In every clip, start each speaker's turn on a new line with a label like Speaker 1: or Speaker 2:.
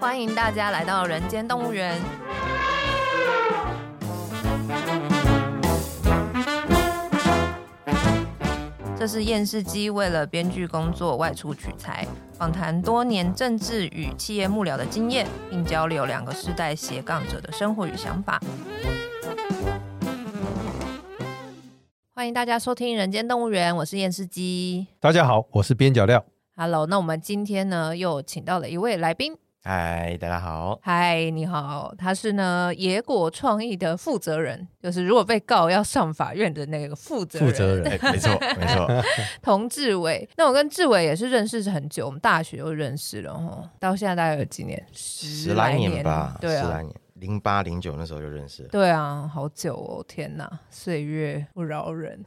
Speaker 1: 欢迎大家来到人间动物园。这是验视机为了编剧工作外出取材，访谈多年政治与企业幕僚的经验，并交流两个世代斜杠者的生活与想法。欢迎大家收听《人间动物园》，我是验视机。
Speaker 2: 大家好，我是边角料。
Speaker 1: Hello，那我们今天呢又请到了一位来宾，
Speaker 3: 嗨，大家好。
Speaker 1: 嗨，你好，他是呢野果创意的负责人，就是如果被告要上法院的那个负责人，
Speaker 2: 负责人
Speaker 3: 哎、没错，没错，
Speaker 1: 童志伟。那我跟志伟也是认识很久，我们大学就认识了哦，到现在大概有几年，十
Speaker 3: 十来年吧，
Speaker 1: 对
Speaker 3: 十来
Speaker 1: 啊。。
Speaker 3: 年，零八零九那时候就认识了
Speaker 1: 对啊，好久哦！天哪，岁月不饶人，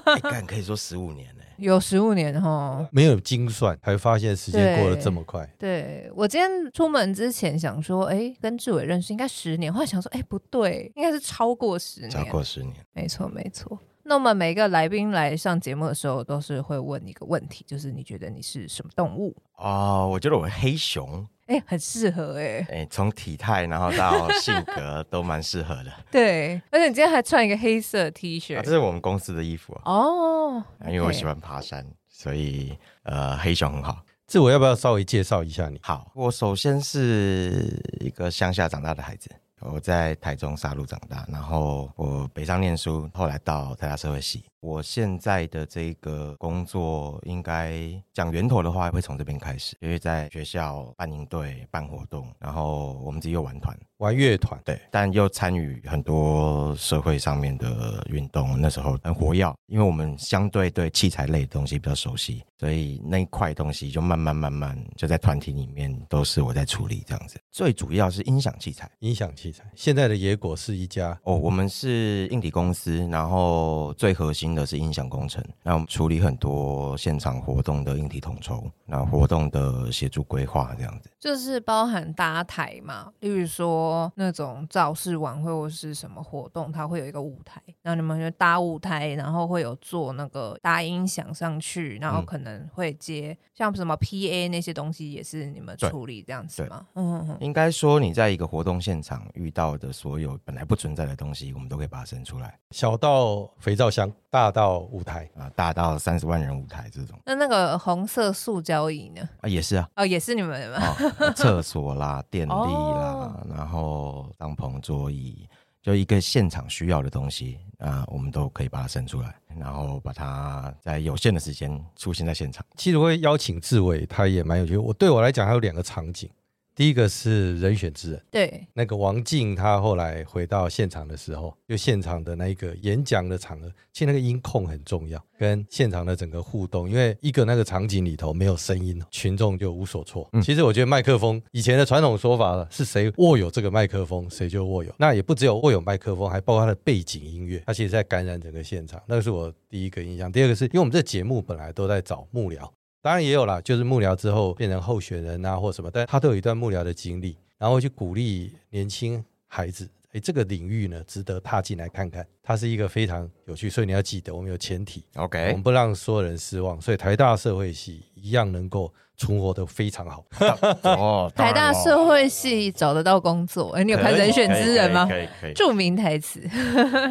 Speaker 3: 哎、干可以说十五年呢、
Speaker 1: 有十五年哦。
Speaker 2: 没有精算，才发现时间过得这么快。
Speaker 1: 对我今天出门之前想说，哎，跟志伟认识应该十年，后来想说，哎，不对，应该是超过十年，
Speaker 3: 超过十年。
Speaker 1: 没错，没错。那我们每个来宾来上节目的时候，都是会问一个问题，就是你觉得你是什么动物？
Speaker 3: 哦，我觉得我黑熊，
Speaker 1: 哎、很适合哎、
Speaker 3: 哎、从体态然后到性格都蛮适合的。啊，
Speaker 1: 对，而且你今天还穿一个黑色 T 恤、
Speaker 3: 这是我们公啊司的衣服、啊，
Speaker 1: 哦，
Speaker 3: 因为我
Speaker 1: OK
Speaker 3: 喜欢爬山，所以呃，黑熊很好。
Speaker 2: 这我要不要稍微介绍一下你？
Speaker 3: 好，我首先是一个乡下长大的孩子。我在台中沙鹿长大，然后我北上念书，后来到台大社会系。我现在的这个工作，应该讲源头的话，会从这边开始，因为在学校办营队、办活动，然后我们自己又玩团，
Speaker 2: 玩乐团，
Speaker 3: 对，但又参与很多社会上面的运动，那时候很活跃，因为我们相对对器材类的东西比较熟悉，所以那一块东西就慢慢慢慢就在团体里面都是我在处理这样子。最主要是音响器材
Speaker 2: 音响器材。现在的野果是一家
Speaker 3: 哦，我们是硬体公司，然后最核心的是音响工程，那我们处理很多现场活动的硬体统筹，那活动的协助规划这样子。
Speaker 1: 就是包含搭台嘛，例如说那种造势晚会或是什么活动，它会有一个舞台，那你们就搭舞台，然后会有做那个搭音响上去，然后
Speaker 3: 嗯
Speaker 1: 可能会接、像什么 PA 那些东西，也是你们
Speaker 3: 对
Speaker 1: 处理这样子
Speaker 3: 对
Speaker 1: 吗？嗯嗯嗯。
Speaker 3: 应该说，你在一个活动现场遇到的所有本来不存在的东西，我们都可以把它生出来。
Speaker 2: 小到肥皂箱，大到舞台。
Speaker 3: 啊，大到三十万人舞台这种
Speaker 1: 那那个红色塑胶椅呢？
Speaker 3: 啊，也是啊，
Speaker 1: 哦，也是你们的吗？
Speaker 3: 哦、厕所啦、 电力啦，
Speaker 1: 哦
Speaker 3: 然后帐篷、桌椅，就一个现场需要的东西啊，我们都可以把它生出来，然后把它在有限的时间出现在现场。
Speaker 2: 其实我会邀请志伟，他也蛮有趣。我对我来讲，还有两个场景。第一个是人选之人，
Speaker 1: 对，
Speaker 2: 那个王静，他后来回到现场的时候，就现场的那一个演讲的场合，其实那个音控很重要，跟现场的整个互动，因为一个那个场景里头没有声音，哦群众就无所措。
Speaker 3: 嗯
Speaker 2: 其实我觉得麦克风以前的传统说法是谁握有这个麦克风，谁就握有。那也不只有握有麦克风，还包括它的背景音乐，它其实在感染整个现场。那是我第一个印象。第二个是因为我们这节目本来都在找幕僚。当然也有啦，就是幕僚之后变成候选人啊或什么，但他都有一段幕僚的经历，然后去鼓励年轻孩子，诶，这个领域呢值得踏进来看看，它是一个非常有趣，所以你要记得我们有前提，我
Speaker 3: OK，
Speaker 2: 们不让所有人失望，所以台大社会系一样能够存活得非常好。
Speaker 3: 哦，
Speaker 1: 台大
Speaker 3: 社
Speaker 1: 社会系找得到工作。哎、你
Speaker 2: 啊
Speaker 1: 有看《人选之人》吗？
Speaker 3: 可以可以。可以
Speaker 1: 著名台词。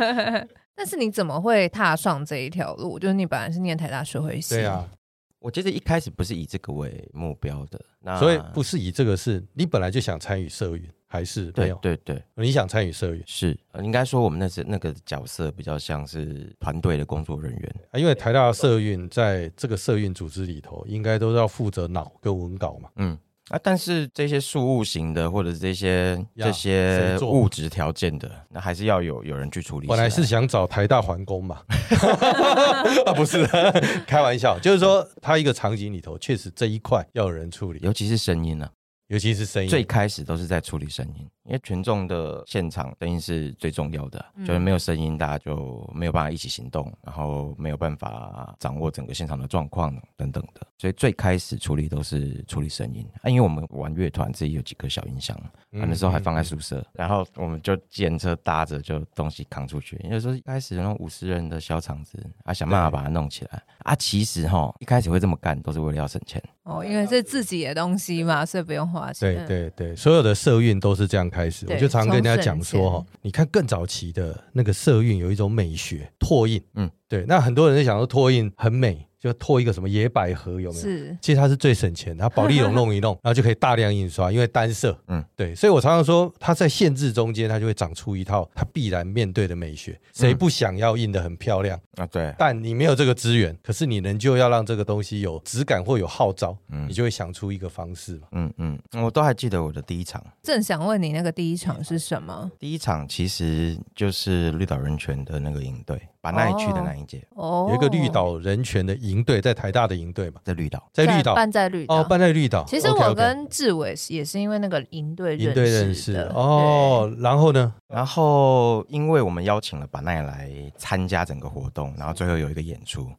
Speaker 1: 但是你怎么会踏上这一条路？就是你本来是念台大社会系，
Speaker 2: 对啊，
Speaker 3: 我其实一开始不是以这个为目标的，那
Speaker 2: 所以不是以这个是你本来就想参与社运，还是没
Speaker 3: 对哦
Speaker 2: 有？
Speaker 3: 对对。
Speaker 2: 你想参与社运
Speaker 3: 是，呃应该说我们那时那个角色比较像是团队的工作人员，
Speaker 2: 啊？因为台大社运在这个社运组织里头，应该都是要负责脑跟文稿嘛。
Speaker 3: 嗯啊，但是这些事物型的，或者是这些
Speaker 2: 呀
Speaker 3: 这些
Speaker 2: 谁做
Speaker 3: 物质条件的，那还是要有有人去处理起。啊
Speaker 2: 本来是想找台大环工嘛， 啊不是， 开玩笑，就是说他一个场景里头确实这一块要有人处理，
Speaker 3: 尤其是声音呢、啊
Speaker 2: 尤其是声音。
Speaker 3: 最开始都是在处理声音，因为群众的现场声音是最重要的，
Speaker 1: 嗯
Speaker 3: 就是没有声音，大家就没有办法一起行动，然后没有办法掌握整个现场的状况等等的，所以最开始处理都是处理声音。啊，因为我们玩乐团自己有几个小音箱，
Speaker 2: 嗯
Speaker 3: 啊，那时候还放在宿舍，然后我们就见车搭着就东西扛出去。因为说一开始那种五十人的小场子，啊，想办法把它弄起来。啊，其实哈，一开始会这么干，都是为了要省钱。
Speaker 1: 哦，因为是自己的东西嘛，所以不用花钱。嗯
Speaker 2: 对对对，所有的社运都是这样开始。我
Speaker 1: 对
Speaker 2: 就常跟人家讲说
Speaker 1: 从
Speaker 2: 哈
Speaker 1: 省，
Speaker 2: 你看更早期的那个社运有一种美学拓印，嗯
Speaker 3: 嗯，
Speaker 2: 对。那很多人就想说拓印很美，就拓一个什么野百合有没有？
Speaker 1: 是
Speaker 2: 其实它是最省钱的，它保利龙弄 一弄，然后就可以大量印刷，因为单色。嗯
Speaker 3: 嗯，
Speaker 2: 对，所以我常常说，它在限制中间，它就会长出一套它必然面对的美
Speaker 3: 嗯
Speaker 2: 学。谁不想要印的很漂亮？
Speaker 3: 啊，对，
Speaker 2: 但你没有这个资源，可是你仍旧要让这个东西有质感或有号召，
Speaker 3: 嗯
Speaker 2: 你就会想出一个方式嘛。
Speaker 3: 嗯嗯，我都还记得我的第一场，
Speaker 1: 正想问你那个第一场是什么？
Speaker 3: 第一场其实就是绿岛人权的那个营队，把那一区的那一届
Speaker 1: 哦，
Speaker 2: 有一个绿岛人权的营队，在台大的营队嘛，
Speaker 3: 在绿岛，
Speaker 2: 在绿岛
Speaker 1: 办在绿岛。
Speaker 2: 哦，办在绿岛。
Speaker 1: 其实
Speaker 2: OK，OK
Speaker 1: 我跟志伟是也是因为那个营队
Speaker 2: 营队认识
Speaker 1: 识的
Speaker 2: 哦，然后呢，
Speaker 3: 然后因为我们邀请了巴奈来参加整个活动，然后最后有一个演出。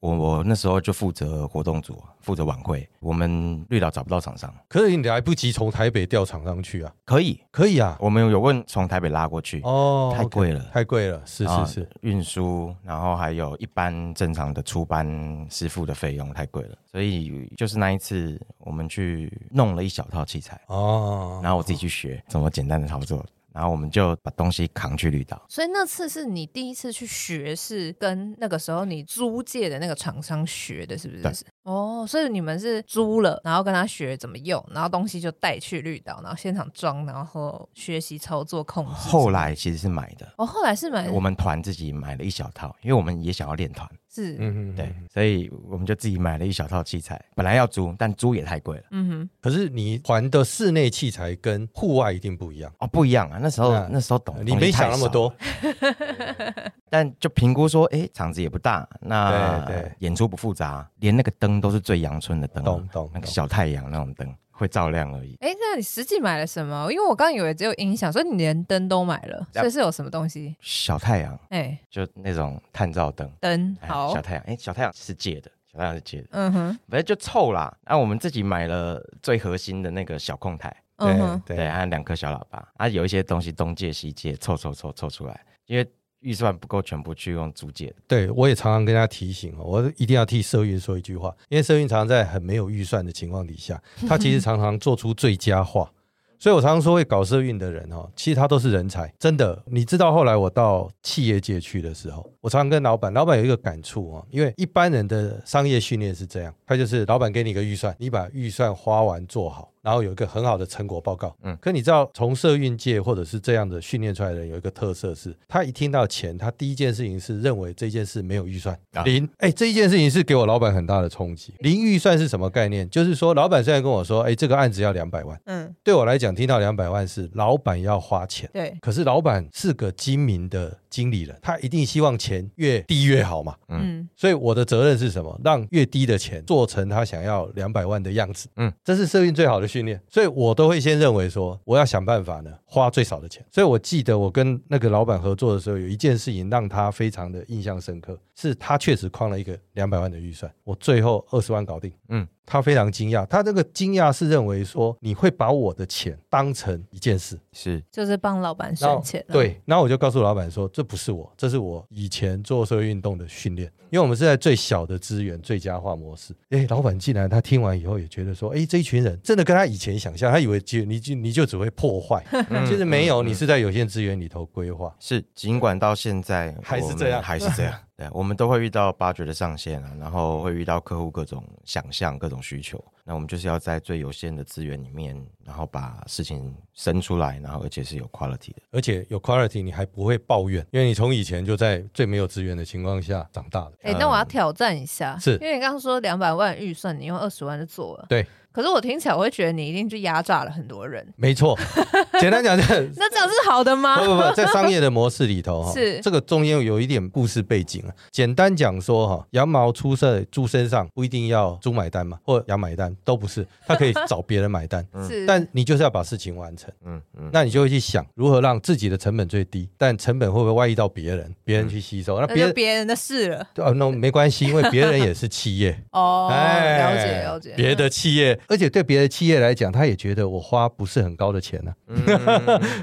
Speaker 3: 我我那时候就负责活动组，负责晚会。我们绿岛找不到厂商，
Speaker 2: 可是你来不及从台北调厂商去啊？
Speaker 3: 可以，
Speaker 2: 可以啊，
Speaker 3: 我们有问从台北拉过去，
Speaker 2: 哦，
Speaker 3: 太
Speaker 2: OK
Speaker 3: 贵了
Speaker 2: 太贵了，是是
Speaker 3: 啊
Speaker 2: 是，
Speaker 3: 运输，然后还有一般正常的出班师傅的费用太贵了，所以就是那一次我们去弄了一小套器材，
Speaker 2: 哦，
Speaker 3: 然后我自己去学怎么简单的操作，然后我们就把东西扛去绿岛。
Speaker 2: 哦
Speaker 1: 所以那次是你第一次去学，是跟那个时候你租借的那个厂商学的，是不
Speaker 3: 对
Speaker 1: 是？哦，所以你们是租了，然后跟他学怎么用，然后东西就带去绿岛，然后现场装，然后学习操作控制。
Speaker 3: 后，来其实是买的，
Speaker 1: 哦，后来是买
Speaker 3: 我们团自己买了一小套，因为我们也想要练团，
Speaker 1: 是，嗯
Speaker 2: 嗯嗯，
Speaker 3: 对
Speaker 2: 对。，
Speaker 3: 所以我们就自己买了一小套器材。本来要租，但租也太贵了
Speaker 1: 嗯哼，
Speaker 2: 可是你还的室内器材跟户外一定不一样，
Speaker 3: 哦，不一样啊。那时候
Speaker 2: 嗯
Speaker 3: 那时候懂，
Speaker 2: 你没想那么
Speaker 3: 东西
Speaker 2: 多，
Speaker 3: 太少，但就评估说，哎，场子也不大，那
Speaker 2: 对对
Speaker 3: 演出不复杂，连那个灯都是最阳春的灯啊，
Speaker 2: 懂懂
Speaker 3: 那个
Speaker 2: 懂
Speaker 3: 小太阳那种灯会照亮而已。
Speaker 1: 哎，那你实际买了什么？因为我刚以为只有音响，所以你连灯都买了，
Speaker 3: Yep
Speaker 1: 所以是有什么东西？
Speaker 3: 小太阳
Speaker 1: 哎，
Speaker 3: 就那种探照灯，
Speaker 1: 灯
Speaker 3: 哎
Speaker 1: 好
Speaker 3: 小，太阳，哎，小太阳是借的，小太阳是借的。
Speaker 1: 嗯哼，
Speaker 3: 反正就凑啦。那、我们自己买了最核心的那个小控台，
Speaker 1: 嗯哼，
Speaker 2: 对
Speaker 3: 对，还有两颗小喇叭。啊，有一些东西东借西借，凑凑凑凑出来，因为预算不够，全部去用租借的。
Speaker 2: 对，我也常常跟大家提醒哦，我一定要替社运说一句话，因为社运常常在很没有预算的情况底下，他其实常常做出最佳化。所以我常常说，会搞社运的人哦，其实他都是人才，真的。你知道后来我到企业界去的时候，我常常跟老板，老板有一个感触哦，因为一般人的商业训练是这样，他就是老板给你一个预算，你把预算花完做好，然后有一个很好的成果报告。嗯
Speaker 3: 嗯，
Speaker 2: 可你知道，从社运界或者是这样的训练出来的人，有一个特色是，他一听到钱，他第一件事情是认为这件事没有预算
Speaker 3: 啊
Speaker 2: 零。哎、这一件事情是给我老板很大的冲击。零预算是什么概念？就是说，老板虽然跟我说，哎、这个案子要两百万。
Speaker 1: 嗯，
Speaker 2: 对我来讲，听到两百万是老板要花钱，
Speaker 1: 对，
Speaker 2: 可是老板是个精明的经理人，他一定希望钱越低越好嘛。
Speaker 1: 嗯，
Speaker 2: 所以我的责任是什么？让越低的钱做成他想要两百万的样子。嗯
Speaker 3: 嗯，
Speaker 2: 这是社运最好的训练。所以我都会先认为说，我要想办法呢，花最少的钱。所以我记得我跟那个老板合作的时候，有一件事情让他非常的印象深刻，是他确实框了一个两百万的预算，我最后二十万搞定。嗯
Speaker 3: 嗯。
Speaker 2: 他非常惊讶，他这个惊讶是认为说你会把我的钱当成一件事，
Speaker 3: 是，
Speaker 1: 就是帮老板
Speaker 2: 然后
Speaker 1: 省钱啊了，
Speaker 2: 对，然后我就告诉老板说，这不是我，这是我以前做社会运动的训练，因为我们是在最小的资源最佳化模式。哎，老板竟然他听完以后也觉得说，哎，这一群人真的跟他以前想象，他以为就你就你就只会破 坏，
Speaker 3: 嗯
Speaker 2: 其实没有，
Speaker 3: 嗯
Speaker 2: 你是在有限资源里头规划。
Speaker 3: 是，尽管到现在
Speaker 2: 还是
Speaker 3: 我们
Speaker 2: 这样
Speaker 3: 还是 这样。对，我们都会遇到八掘的上限啊，然后会遇到客户各种想象、各种需求。那我们就是要在最有限的资源里面，然后把事情生出来，然后而且是有 quality 的。
Speaker 2: 而且有 quality，你还不会抱怨，因为你从以前就在最没有资源的情况下长大的。
Speaker 1: 哎、那我要挑战一下，
Speaker 2: 是
Speaker 1: 因为你刚刚说两百万预算，你用二十万就做了，
Speaker 2: 对。
Speaker 1: 可是我听起来，我会觉得你一定就压榨了很多人，
Speaker 2: 没错， 简单讲就是哦
Speaker 1: 那这样是好的吗
Speaker 2: 不？不不，在商业的模式 里头哈，
Speaker 1: 是
Speaker 2: 这个中间有一点故事背景啊。简单讲说哈，羊毛出在猪身上不一定要猪买单嘛，或羊买单都不是，他可以找别人买单，
Speaker 3: 嗯
Speaker 1: 是，
Speaker 2: 但啊你就是要把事情完成。
Speaker 3: 嗯嗯，
Speaker 2: 那你就会去想如何让自己的成本最低，但成本会不会外溢到别人，别人去吸收？那
Speaker 1: 嗯那
Speaker 2: 别
Speaker 1: 就
Speaker 2: 人
Speaker 1: 别人的事了。
Speaker 2: 哦，那没关系，因为别人也是企业。
Speaker 1: 哦，
Speaker 2: 哎
Speaker 1: 了解了解。
Speaker 2: 别的企业而且对别的企业来讲，他也觉得我花不是很高的钱呢、啊
Speaker 3: 嗯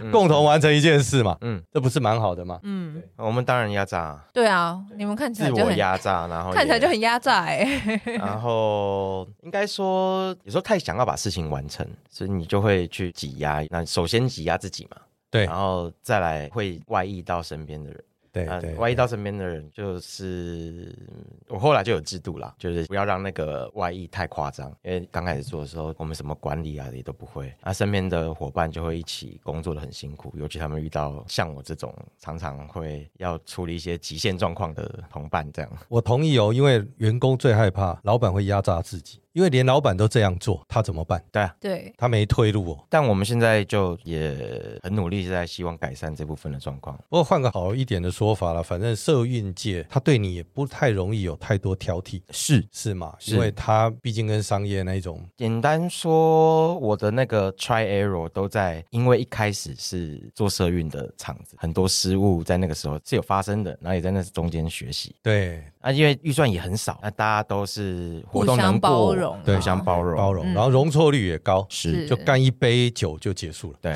Speaker 3: 嗯
Speaker 2: 共同完成一件事嘛，
Speaker 3: 嗯，
Speaker 2: 这不是蛮好的吗？
Speaker 1: 嗯，
Speaker 3: 我们当然压榨，
Speaker 1: 对啊，你们看起来
Speaker 3: 自
Speaker 1: 就
Speaker 3: 我
Speaker 1: 很
Speaker 3: 压榨，然后
Speaker 1: 看起来
Speaker 3: 也
Speaker 1: 就很压榨哎、
Speaker 3: 然后应该说，有时候太想要把事情完成，所以你就会去挤压。那首先挤压自己嘛，
Speaker 2: 对
Speaker 3: 然后再来会外溢到身边的人。
Speaker 2: 对
Speaker 3: 那
Speaker 2: 对，
Speaker 3: 呃外 E 溢到身边的人，就是嗯我后来就有制度啦，就是不要让那个外溢太夸张。因为刚开始做的时候，我们什么管理啊也都不会，那身边的伙伴就会一起工作的很辛苦，尤其他们遇到像我这种常常会要处理一些极限状况的同伴，这样。
Speaker 2: 我同意哦，因为员工最害怕老板会压榨自己，因为连老板都这样做，他怎么办？
Speaker 3: 对啊，
Speaker 1: 对，
Speaker 2: 他没退路哦。
Speaker 3: 但我们现在就也很努力，在希望改善这部分的状况。
Speaker 2: 不过换个好一点的说法了，反正社运界他对你也不太容易有太多挑剔，
Speaker 3: 是，
Speaker 2: 是吗？
Speaker 3: 是
Speaker 2: 因为他毕竟跟商业那一种，
Speaker 3: 简单说，我的那个 try error 都在，因为一开始是做社运的场子，很多失误在那个时候是有发生的，然后也在那中间学习。
Speaker 2: 对
Speaker 3: 啊，因为预算也很少，那大家都是活动
Speaker 1: 互相
Speaker 3: 能过
Speaker 1: 包容啊
Speaker 3: 互相包容，
Speaker 2: 包容，
Speaker 1: 嗯
Speaker 2: 然后容错率也高，
Speaker 3: 是
Speaker 1: 是
Speaker 2: 就干一杯酒就结束了。
Speaker 3: 对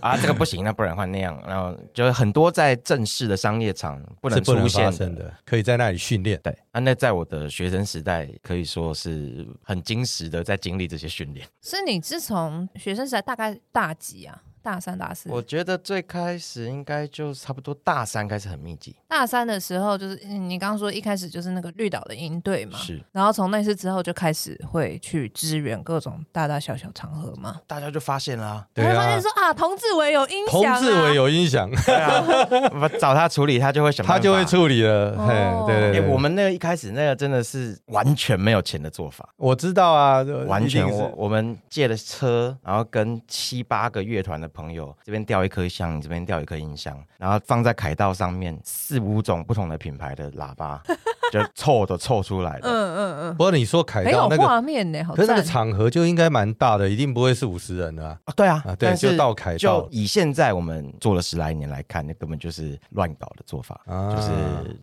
Speaker 3: 啊，这个不行，那不然换那样，然后就是很多在正式的商业场不
Speaker 2: 是
Speaker 3: 能
Speaker 2: 不
Speaker 3: 出
Speaker 2: 能
Speaker 3: 现
Speaker 2: 发生的，可以在那里训练。，
Speaker 3: 对，啊，那在我的学生时代，可以说是很精实的在经历这些训练。
Speaker 1: 是你自从学生时代大概大几啊？大三、大四？
Speaker 3: 我觉得最开始应该就差不多大三开始很密集，
Speaker 1: 大三的时候，就是嗯你刚刚说一开始就是那个绿岛的营队嘛，
Speaker 3: 是
Speaker 1: 然后从那次之后就开始会去支援各种大大小小场合嘛。
Speaker 3: 大家就发现啦、啊
Speaker 2: 对
Speaker 1: 然后发
Speaker 2: 啊
Speaker 1: 现，说啊，童志伟有音
Speaker 2: 童
Speaker 1: 响、啊，
Speaker 2: 志伟有影响，
Speaker 3: 对啊，我 找他处理，他就会想，
Speaker 2: 他就会。处理了。
Speaker 1: 哦
Speaker 2: 嘿，对
Speaker 3: 哎、
Speaker 2: 对对，
Speaker 3: 我们那个一开始那个真的是完全没有钱的做法，
Speaker 2: 我知道啊，
Speaker 3: 完全
Speaker 2: 一定是
Speaker 3: 我我们借了车，然后跟七八个乐团的朋友这边调一颗箱，这边调一颗音箱，然后放在凯道上面四五种不同的品牌的 喇叭，就凑都凑出来了。
Speaker 1: 嗯嗯
Speaker 2: 不过你说凯
Speaker 1: 嗯，很有
Speaker 2: 道那个，
Speaker 1: 画面呢、好
Speaker 2: 可是那
Speaker 1: 赞
Speaker 2: 个。场合就应该蛮大的，一定不会是五十人的啊。
Speaker 3: 啊，对啊，
Speaker 2: 啊对
Speaker 3: 但是
Speaker 2: 就到凯道
Speaker 3: 就以现在我们做了十来年来看，那根本就是乱搞的做法，
Speaker 2: 啊。
Speaker 3: 就是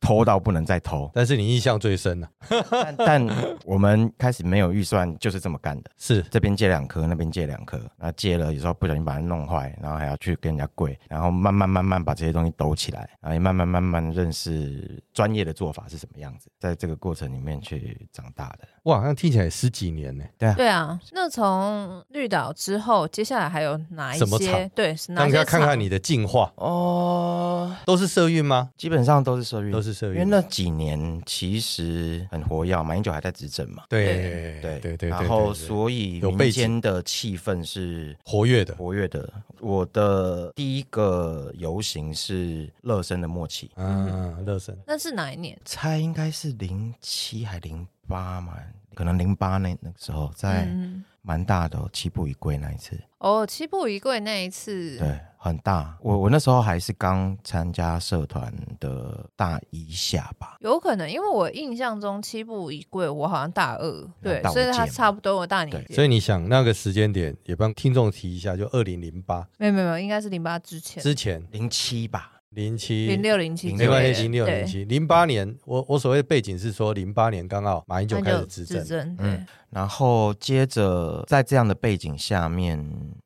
Speaker 3: 偷到不能再偷
Speaker 2: 但是你印象最深呢、啊，
Speaker 3: 但但我们开始没有预算，就是这么干的。
Speaker 2: 是
Speaker 3: 这边借两颗，那边借两颗，然后借了有时候不小心把它弄坏，然后还要去跟人家跪，然后慢慢慢慢把这些东西抖起来，然后也慢慢慢慢认识专业的做法是什么样子，在这个过程里面去长大的。
Speaker 2: 哇，好像听起来十几年呢、
Speaker 1: 对啊，那从绿岛之后，接下来还有哪一
Speaker 2: 什么
Speaker 1: 些
Speaker 2: 场？
Speaker 1: 对，
Speaker 2: 让
Speaker 1: 哪
Speaker 2: 大
Speaker 1: 些
Speaker 2: 家看看
Speaker 1: 场
Speaker 2: 你的进化，
Speaker 3: 哦，
Speaker 2: 都是社运吗？
Speaker 3: 基本上都是社运，
Speaker 2: 都是社
Speaker 3: 因为
Speaker 2: 运。
Speaker 3: 那几年其实很活跃，马英九还在执政嘛，
Speaker 2: 对对对对，
Speaker 3: 然后
Speaker 2: 对对
Speaker 3: 所以
Speaker 2: 有
Speaker 3: 民
Speaker 2: 背景
Speaker 3: 间的气氛是
Speaker 2: 活跃的，
Speaker 3: 活跃的。我的第一个游行是乐生的末期，
Speaker 2: 嗯，乐生
Speaker 1: 那是哪一年？
Speaker 3: 猜应该是零七还零八嘛，可能零八那那个时候在
Speaker 1: 嗯，
Speaker 3: 蛮大的、哦、七步一跪那一次，
Speaker 1: 哦，七步一跪那一次，
Speaker 3: 对，很大。我我那时候还是刚参加社团的大一下吧，
Speaker 1: 有可能，因为我印象中七步一跪，我好像大二，对
Speaker 3: 大，我
Speaker 1: 所以
Speaker 3: 一届
Speaker 1: 他
Speaker 3: 嘛
Speaker 1: 差不多我大你一
Speaker 3: 对
Speaker 1: 届，
Speaker 2: 所以你想那个时间点，也帮听众提一下，就二零零八
Speaker 1: 没有没有没有，应该是零八之前，
Speaker 2: 之前，
Speaker 3: 零七吧，
Speaker 2: 零七
Speaker 1: 零六零七，
Speaker 2: 没关系，
Speaker 1: 对
Speaker 2: 零六零，七零八年，我我所谓背景是说零八年刚好马英
Speaker 1: 对
Speaker 2: 九
Speaker 1: 那
Speaker 2: 开始
Speaker 1: 就
Speaker 2: 执
Speaker 1: 执
Speaker 2: 政，
Speaker 1: 政，对
Speaker 3: 嗯，然后接着在这样的背景下面，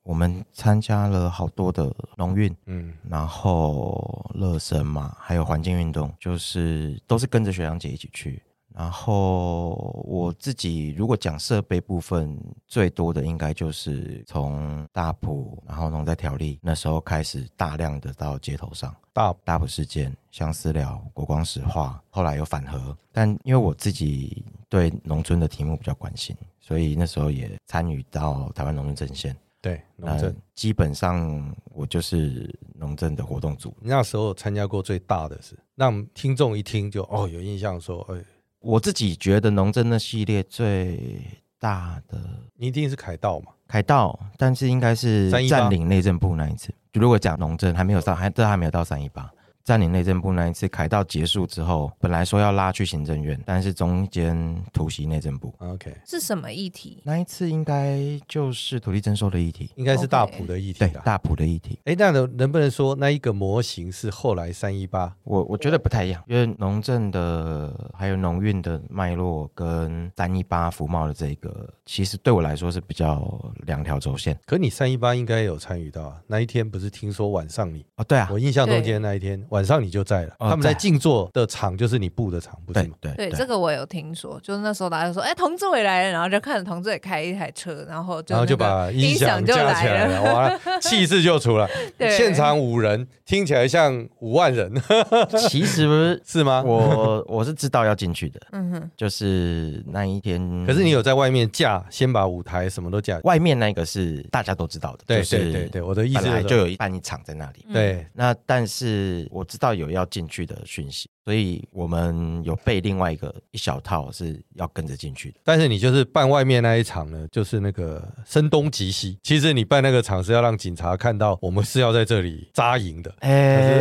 Speaker 3: 我们参加了好多的农运，
Speaker 2: 嗯，
Speaker 3: 然后乐生嘛，还有环境运动，就是都是跟着学长姐一起去。然后我自己如果讲设备部分，最多的应该就是从大埔，然后农在条例那时候开始大量的到街头上。
Speaker 2: 大
Speaker 3: 大埔事件、相思寮、国光石化，后来有反核，但因为我自己对农村的题目比较关心，所以那时候也参与到台湾农村阵线。
Speaker 2: 对农政
Speaker 3: 那。呃基本上我就是农政的活动组。
Speaker 2: 你那时候参加过最大的是，让听众一听就哦有印象说，哎，
Speaker 3: 我自己觉得农政那系列最大的
Speaker 2: 你一定是凯道嘛，
Speaker 3: 凯道，但是应该是
Speaker 2: 318
Speaker 3: 占领内政部那一次。如果讲农政还没有到，还这还没有到三一八，占领内政部那一次凯道结束之后，本来说要拉去行政院，但是中间突袭内政部。
Speaker 2: 啊 OK，
Speaker 1: 是什么议题？
Speaker 3: 那一次应该就是土地征收的议题，
Speaker 2: 应该是大
Speaker 1: OK
Speaker 2: 埔的议题
Speaker 3: 对
Speaker 2: 啦。
Speaker 3: 大埔的议题。
Speaker 2: 哎，那能能不能说那一个模型是后来三一八？
Speaker 3: 我我觉得不太一样，因为农政的还有农运的脉络跟三一八服贸的这个，其实对我来说是比较两条轴线
Speaker 2: 可你三一八应该有参与到啊？那一天不是听说晚上你，
Speaker 3: 哦。对啊，
Speaker 2: 我印象中
Speaker 1: 对
Speaker 2: 间那一天晚上你就在了，
Speaker 3: 哦
Speaker 2: 他们在
Speaker 3: 在
Speaker 2: 静坐的场就是你布的场，不是
Speaker 3: 对
Speaker 2: 吗？
Speaker 3: 对
Speaker 1: 对，这个我有听说，就是那时候大家就说，哎、童志伟来了，然后就看着童志伟开一台车，然后就、那
Speaker 2: 然后
Speaker 1: 个、
Speaker 2: 就把音
Speaker 1: 音
Speaker 2: 响
Speaker 1: 响就
Speaker 2: 加起
Speaker 1: 来
Speaker 2: 来了，哇，气势就出来。
Speaker 1: 对
Speaker 2: 现场五人，听起来像五万人，
Speaker 3: 其实
Speaker 2: 是吗？
Speaker 3: 我我是知道要进去的，
Speaker 1: 嗯哼，
Speaker 3: 就是那一天。
Speaker 2: 可是你有在外面架，先把舞台什么都架。
Speaker 3: 外面那个是大家都知道的，
Speaker 2: 对
Speaker 3: 就是
Speaker 2: 对对对，我的意思
Speaker 3: 本来
Speaker 2: 是
Speaker 3: 就有一办一场在那里。
Speaker 1: 嗯
Speaker 2: 对，
Speaker 3: 那但是我知道有要进去的讯息，所以我们有备另外一个一小套是要跟着进去的。
Speaker 2: 但是你就是办外面那一场呢，就是那个声东击西。其实你办那个场是要让警察看到我们是要在这里扎营的，
Speaker 3: 哎、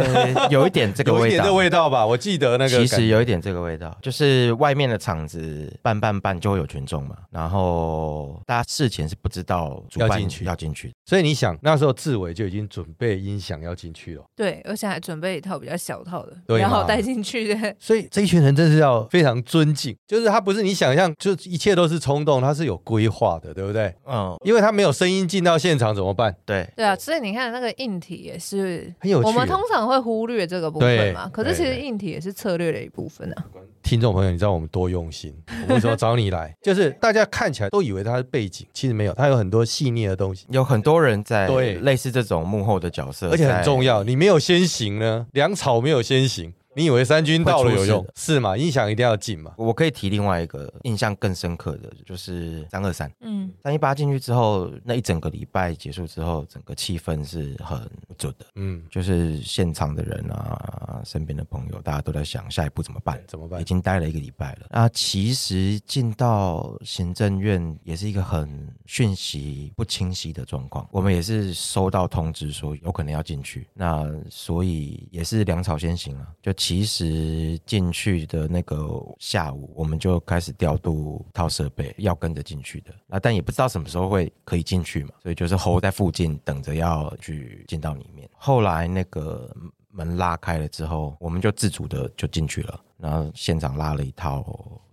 Speaker 3: 有一点这个
Speaker 2: 有一
Speaker 3: 味
Speaker 2: 点
Speaker 3: 道，
Speaker 2: 这味道吧？我记得那个
Speaker 3: 其
Speaker 2: 感
Speaker 3: 实有一点这个味道，就是外面的场子办办办就会有群众嘛，然后大家事前是不知道主办
Speaker 2: 要进去
Speaker 3: 要进去的，
Speaker 2: 所以你想那时候志伟就已经准备音响要进去了，
Speaker 1: 对，而且还准备一套比较小套的，
Speaker 2: 对
Speaker 1: 然后
Speaker 2: 嘛
Speaker 1: 带进去的，
Speaker 2: 所以这一群人真是要非常尊敬，就是他不是你想象，就是一切都是冲动，他是有规划的，对不对？
Speaker 3: 嗯，
Speaker 2: 因为他没有声音进到现场怎么办？
Speaker 3: 对，
Speaker 1: 对啊，所以你看那个硬体也是。
Speaker 2: 很有趣。啊哦
Speaker 1: 我们通常会忽略这个部分嘛，
Speaker 2: 对
Speaker 1: 可是其
Speaker 2: 对
Speaker 1: 实
Speaker 2: 对
Speaker 1: 硬体也是策略的一部分啊。
Speaker 2: 听众朋友，你知道我们多用 心，我们说找你来，就是大家看起来都以为他是背景，其实没有，他有很多细腻的东西，
Speaker 3: 有很多人在
Speaker 2: 对
Speaker 3: 类似这种幕后的角色，
Speaker 2: 而且很重要。。你没有先行呢，粮草没有先行，你以为三军到了有用
Speaker 3: 嗯会出
Speaker 2: 是嘛？音响一定要进嘛？
Speaker 3: 我可以提另外一个印象更深刻的，就是三二三
Speaker 1: 嗯，
Speaker 3: 三一八进去之后，那一整个礼拜结束之后，整个气氛是很不准的，
Speaker 2: 嗯，
Speaker 3: 就是现场的人啊，身边的朋友，大家都在想下一步怎么办。
Speaker 2: 怎么办
Speaker 3: 已？经待了一个礼拜了。那其实进到行政院也是一个很讯息不清晰的状况，我们也是收到通知说有可能要进去，那所以也是粮草先行啊。就其实进去的那个下午，我们就开始调度套设备，要跟着进去的啊，但也不知道什么时候会可以进去嘛，所以就是候在附近等着要去进到里面。后来那个门拉开了之后，我们就自主的就进去了，然后现场拉了一套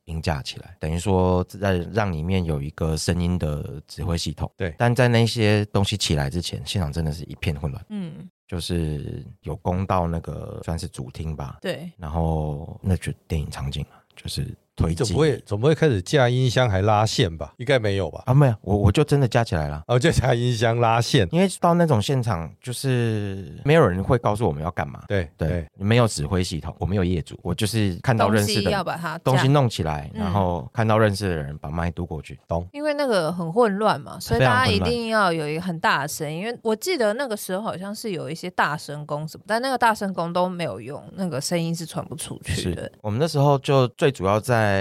Speaker 3: 音架起来，等于说在让里面有一个声音的指挥系统。
Speaker 2: 对
Speaker 3: 但在那些东西起来之前，现场真的是一片混乱，
Speaker 1: 嗯，
Speaker 3: 就是有攻到那个算是主厅吧，
Speaker 1: 对，
Speaker 3: 然后那就电影场景啊，就是
Speaker 2: 你
Speaker 3: 推
Speaker 2: 总
Speaker 3: 进
Speaker 2: 不会总不会开始架音箱还拉线吧？应该没有吧？
Speaker 3: 啊，没有，我我就真的架起来了。
Speaker 2: 哦，就架音箱拉线，
Speaker 3: 因为到那种现场，就是没有人会告诉我们要干嘛，
Speaker 2: 对
Speaker 3: 对，，没有指挥系统，我没有业主，我就是看到
Speaker 1: 东
Speaker 3: 认识
Speaker 1: 西
Speaker 3: 的
Speaker 1: 要把它
Speaker 3: 东
Speaker 1: 架
Speaker 3: 西弄起来，
Speaker 1: 嗯
Speaker 3: 然后看到认识的人把麦嘟过去。
Speaker 1: 因为那个很混乱嘛，所以
Speaker 3: 非常
Speaker 1: 大家一
Speaker 3: 混乱
Speaker 1: 定要有一个很大的声音。因为我记得那个时候好像是有一些大声公什么，但那个大声公都没有用，那个声音是传不出去的。
Speaker 3: 我们那时候就最主要在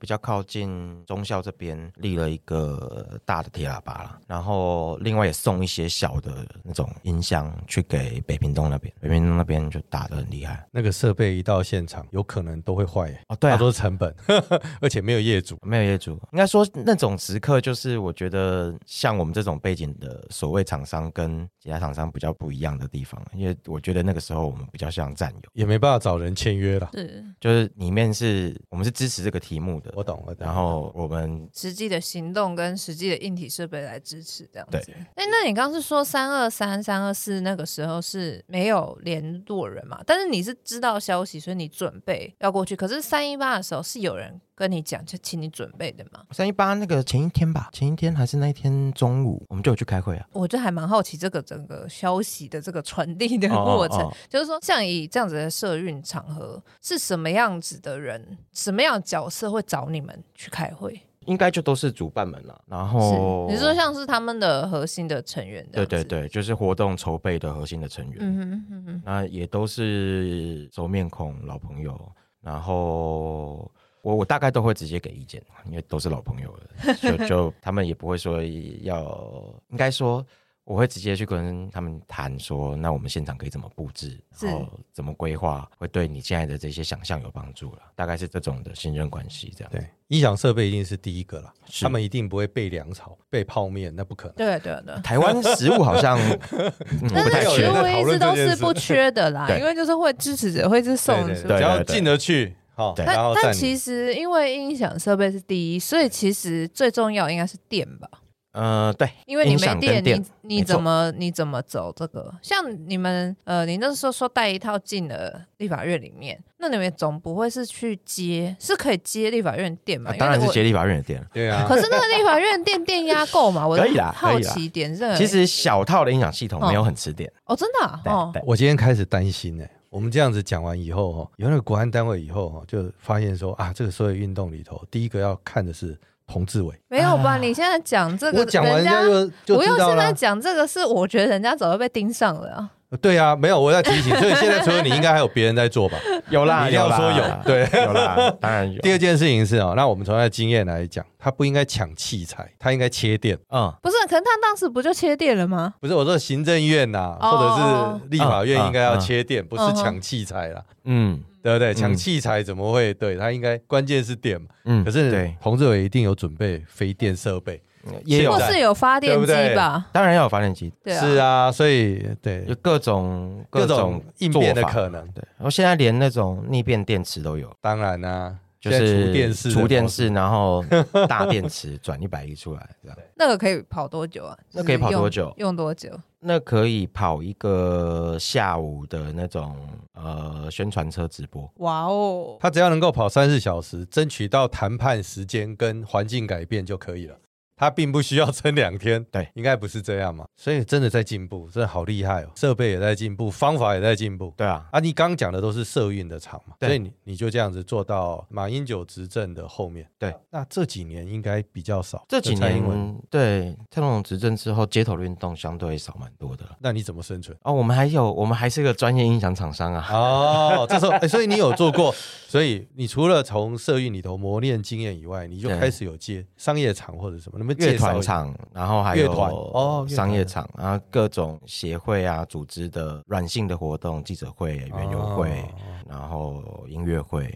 Speaker 3: 比较靠近中校这边立了一个大的铁喇叭啦，然后另外也送一些小的那种音箱去给北平东那边，北平东那边就打得很厉害
Speaker 2: 那个设备一到现场，有可能都会坏耶，
Speaker 3: 哦，对
Speaker 2: 大
Speaker 3: 啊。
Speaker 2: 多是成本， 而且没有业主。
Speaker 3: 没有业主，应该说那种时刻，就是我觉得像我们这种背景的所谓厂商跟其他厂商比较不一样的地方，因为我觉得那个时候我们比较像战友，
Speaker 2: 也没办法找人签约了。
Speaker 1: 是
Speaker 3: 就是里面是我们是支持这个题目的，
Speaker 2: 我懂，我懂。
Speaker 3: 然后我们
Speaker 1: 实际的行动跟实际的硬体设备来支持这样子
Speaker 3: 对。
Speaker 1: 哎，那你刚刚是说三二三、三二四那个时候是没有联络人嘛？但是你是知道消息，所以你准备要过去。可是三一八的时候是有人跟你讲，就请你准备的嘛？
Speaker 3: 三一八那个前一天吧，前一天还是那一天中午，我们就有去开会啊。
Speaker 1: 我就还蛮好奇这个整个消息的这个传递的过程，
Speaker 3: 哦哦哦
Speaker 1: 就是说，像以这样子的社运场合，是什么样子的人，什么样的角色会找你们去开会？
Speaker 3: 应该就都是主办们了。然
Speaker 1: 是
Speaker 3: 后
Speaker 1: 你说像是他们的核心的成员这
Speaker 3: 对
Speaker 1: 样子
Speaker 3: 哦对，对，就是活动筹备的核心的成员，
Speaker 1: 嗯哼嗯哼，
Speaker 3: 那也都是熟面孔、老朋友。然后我我大概都会直接给意见，因为都是老朋友了，就就他们也不会说要，应该说我会直接去跟他们谈说，那我们现场可以怎么布置，
Speaker 1: 是
Speaker 3: 然后怎么规划，会对你现在的这些想象有帮助了。大概是这种的信任关系这样。
Speaker 2: 对，音响设备一定是第一个啦，
Speaker 3: 是
Speaker 2: 他们一定不会备粮草、备泡面，那不可能。
Speaker 1: 对对对。
Speaker 3: 台湾食物 好像、嗯
Speaker 1: 但
Speaker 3: 不太
Speaker 1: 是食
Speaker 2: 有人
Speaker 3: 缺
Speaker 2: 在，
Speaker 1: 物
Speaker 2: 讨
Speaker 1: 一直
Speaker 2: 论这
Speaker 1: 都
Speaker 2: 件
Speaker 1: 是
Speaker 2: 事
Speaker 1: 不缺的啦，
Speaker 3: 对
Speaker 1: 因为就是会支持者会去送，
Speaker 2: 对
Speaker 1: 是不
Speaker 2: 对
Speaker 1: 是
Speaker 2: 对，只
Speaker 3: 对
Speaker 2: 要进得去，好，
Speaker 3: 对
Speaker 2: 然后
Speaker 1: 但
Speaker 2: 占
Speaker 1: 但
Speaker 2: 领
Speaker 1: 其实因为音响设备是第一，所以其实最重要应该是电吧。
Speaker 3: 呃，对，
Speaker 1: 因为你
Speaker 3: 音
Speaker 1: 没
Speaker 3: 响
Speaker 1: 电，
Speaker 3: 跟电
Speaker 1: 你
Speaker 3: 没
Speaker 1: 你
Speaker 3: 错
Speaker 1: 怎么你怎么走这个？像你们呃，你那时候说带一套进了立法院里面，那你们总不会是去接，是可以接立法院电嘛？
Speaker 3: 啊
Speaker 1: 因为
Speaker 3: 当然是
Speaker 1: 我
Speaker 3: 协。力法院的店了。
Speaker 2: 对啊，
Speaker 1: 可是那个立法院电电压够嘛？我的
Speaker 3: 可以啦
Speaker 1: 好
Speaker 3: 可以啦
Speaker 1: 奇点是这个，
Speaker 3: 其实小套的音响系统
Speaker 1: 哦
Speaker 3: 没有很吃点，
Speaker 1: 哦，真的啊
Speaker 3: 对
Speaker 1: 哦，
Speaker 3: 对
Speaker 2: 我今天开始担心呢、我们这样子讲完以后，哈，有那个国安单位以后，哈，就发现说啊，这个所有运动里头，第一个要看的是彭志伟。
Speaker 1: 没有
Speaker 3: 啊
Speaker 1: 吧？你现在讲这个，
Speaker 2: 我讲完
Speaker 1: 人家
Speaker 2: 就就
Speaker 1: 不
Speaker 2: 知
Speaker 1: 用
Speaker 2: 道
Speaker 1: 现在
Speaker 2: 了。
Speaker 1: 讲这个，是我觉得人家早就被盯上了啊。
Speaker 2: 对啊，没有，我在提醒，所以现在除了你，应该还有别人在做吧？
Speaker 3: 有啦，
Speaker 2: 你一定要
Speaker 3: 啦
Speaker 2: 说有， 对。
Speaker 3: 有啦，当然 有。
Speaker 2: 第二件事情是哦，那我们从他的经验来讲，他不应该抢器材，他应该切电。
Speaker 3: 嗯，
Speaker 1: 不是，可能他当时不就切电了吗？
Speaker 2: 不是我说行政院呐、
Speaker 1: 哦
Speaker 2: 或者是立法院
Speaker 3: 哦哦
Speaker 2: 应该要切电，不是
Speaker 1: 嗯哼
Speaker 2: 抢器材啦，
Speaker 3: 嗯
Speaker 2: 对不对？
Speaker 3: 嗯
Speaker 2: 抢器材怎么会？对他应该关键是电嘛。
Speaker 3: 嗯
Speaker 2: 可是
Speaker 3: 对，
Speaker 2: 彭志伟一定有准备非电设备，
Speaker 3: 也有
Speaker 1: 或
Speaker 2: 在
Speaker 1: 是有发电
Speaker 2: 对不对
Speaker 1: 机吧？
Speaker 3: 当然要有发电机，
Speaker 1: 对啊，
Speaker 2: 是啊，所以
Speaker 3: 有
Speaker 2: 对
Speaker 3: 各种
Speaker 2: 各
Speaker 3: 种
Speaker 2: 种应变的
Speaker 3: 做法
Speaker 2: 可能，
Speaker 3: 对，然后现在连那种逆变电池都有，
Speaker 2: 当然啦，
Speaker 3: 就
Speaker 2: 现在
Speaker 3: 是
Speaker 2: 厨电视的
Speaker 3: 厨电
Speaker 2: 模式
Speaker 3: 视，然后 大电池转一百亿出来，这样
Speaker 1: 那个可以跑多久啊？
Speaker 3: 那可以跑多久
Speaker 1: 就是用用多久？
Speaker 3: 那可以跑一个下午的那种呃宣传车直播，
Speaker 1: 哇哦！
Speaker 2: 他只要能够跑三十小时，争取到谈判时间跟环境改变就可以了。他并不需要撑两天，
Speaker 3: 对，
Speaker 2: 应该不是这样嘛。所以真的在进步，真的好厉害哦，设备也在进步，方法也在进步。
Speaker 3: 对啊，
Speaker 2: 啊，你刚讲的都是社运的场嘛，
Speaker 3: 对
Speaker 2: 所以你你就这样子做到马英九执政的后面。
Speaker 3: 对，
Speaker 2: 那这几年应该比较少，
Speaker 3: 这几
Speaker 2: 蔡英文，
Speaker 3: 年对蔡总统执政之后，街头运动相对少蛮多的了。
Speaker 2: 那你怎么生存？
Speaker 3: 哦，我们还有，我们还是个专业音响厂商啊。
Speaker 2: 哦，这时候、哎所以你有做过，所以你除了从社运里头磨练经验以外，你就
Speaker 3: 对
Speaker 2: 开始有接商业场或者什么，能不能
Speaker 3: 乐
Speaker 2: 介绍
Speaker 3: 团
Speaker 2: 一下？
Speaker 3: 厂，然后还
Speaker 2: 乐团哦
Speaker 3: 有
Speaker 2: 乐团
Speaker 3: 商业场，然后各种协会啊、组织的软性的活动、记者会、园游会，
Speaker 2: 哦
Speaker 3: 然后音乐会。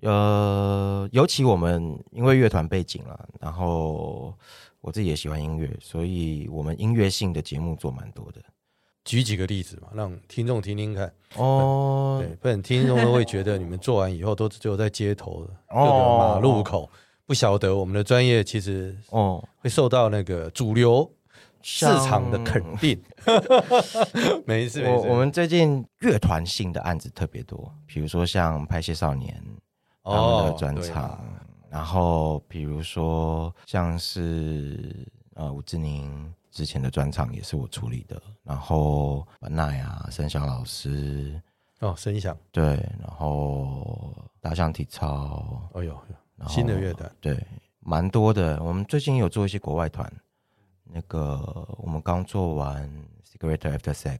Speaker 3: 呃，尤其我们因为乐团背景啦，然后我自己也喜欢音乐，所以我们音乐性的节目做蛮多的。
Speaker 2: 举几个例子嘛，让听众听听看。
Speaker 3: 哦
Speaker 2: 对，不然听众都会觉得你们做完以后都只有在街头、各
Speaker 3: 哦
Speaker 2: 个马路口，不晓得我们的专业其实
Speaker 3: 哦，
Speaker 2: 会受到那个主流市场的肯
Speaker 3: 像
Speaker 2: 定。 没事没
Speaker 3: 我
Speaker 2: 事，
Speaker 3: 我们最近乐团性的案子特别多，比如说像拍戏少年他
Speaker 2: 哦
Speaker 3: 们的专
Speaker 2: 对啊
Speaker 3: 场，
Speaker 2: 啦
Speaker 3: 然后比如说像是呃吴志宁之前的专场也是我处理的，然后本奈啊、申翔老师
Speaker 2: 哦，声响，
Speaker 3: 对，然后大象体操，
Speaker 2: 哎呦，
Speaker 3: 然后
Speaker 2: 新的乐团
Speaker 3: 对，蛮多的。我们最近有做一些国外团，那个我们刚做完 Cigarette After Sex。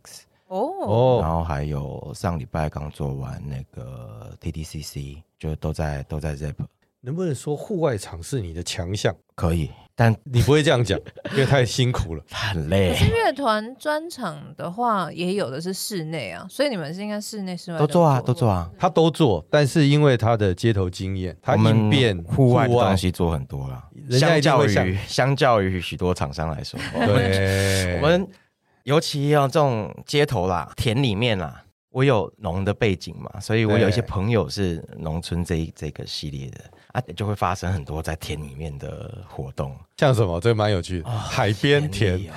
Speaker 1: 哦，
Speaker 2: 哦
Speaker 3: 然，后还有上礼拜刚做完那个 TDCC，就都在都在 Zep，
Speaker 2: 能不能说户外场是你的强项？
Speaker 3: 可以，但
Speaker 2: 你不会这样讲，因为太辛苦了。
Speaker 3: 很
Speaker 1: 可
Speaker 3: 累，
Speaker 1: 是乐团专场的话，也有的是室内啊，所以你们是应该室内、室外
Speaker 3: 都做啊，都做啊。
Speaker 2: 他都做，但是因为他的街头经验，他
Speaker 3: 我们
Speaker 2: 应变
Speaker 3: 户外的东西做很多啦，
Speaker 2: 人家一
Speaker 3: 相
Speaker 2: 定会
Speaker 3: 较于相较于许多厂商来说，我们
Speaker 2: 对，
Speaker 3: 我们尤其要这种街头啦、田里面啦，我有农的背景嘛，所以我有一些
Speaker 2: 对
Speaker 3: 朋友是农村这一这个系列的啊，就会发生很多在田里面的活动。
Speaker 2: 像什么，这个蛮有趣的，海边田
Speaker 3: 啊里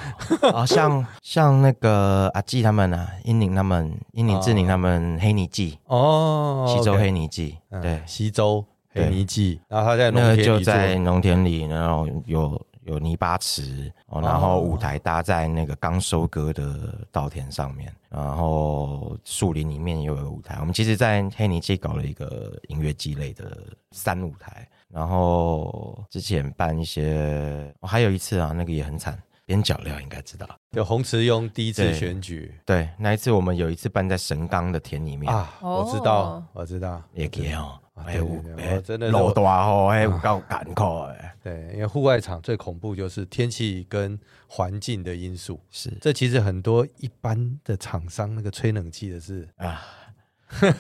Speaker 3: 哦啊，像像那个阿纪他们啊，英宁他们，英宁志宁他们黑泥记，
Speaker 2: 哦，
Speaker 3: 西周
Speaker 2: OK
Speaker 3: 黑泥记，
Speaker 2: 嗯
Speaker 3: 对，
Speaker 2: 西周黑
Speaker 3: 对
Speaker 2: 泥记，然后他在农
Speaker 3: 那个
Speaker 2: 田
Speaker 3: 就
Speaker 2: 里做，
Speaker 3: 在农田里，然后有有泥巴池，哦，然后舞台搭在那个刚收割的稻田上面，然后树林里面也有一个舞台。我们其实，在黑泥记搞了一个音乐季类的三舞台，然后之前办一些，哦、还有一次啊，那个也很惨，边角料应该知道。
Speaker 2: 有洪慈庸第一次
Speaker 3: 对
Speaker 2: 选举
Speaker 3: 对，那一次我们有一次办在神冈的田里面，
Speaker 2: 啊，我知道，我知道，
Speaker 3: 也也哦，
Speaker 2: 啊
Speaker 3: 哎
Speaker 2: 对
Speaker 3: 有
Speaker 2: 对对
Speaker 3: 哎
Speaker 2: 我真的是
Speaker 3: 落大雨，哎有够艰苦 哎。
Speaker 2: 对，因为户外场最恐怖就是天气跟环境的因素。
Speaker 3: 是
Speaker 2: 这其实很多一般的厂商那个吹冷气的是，
Speaker 3: 啊，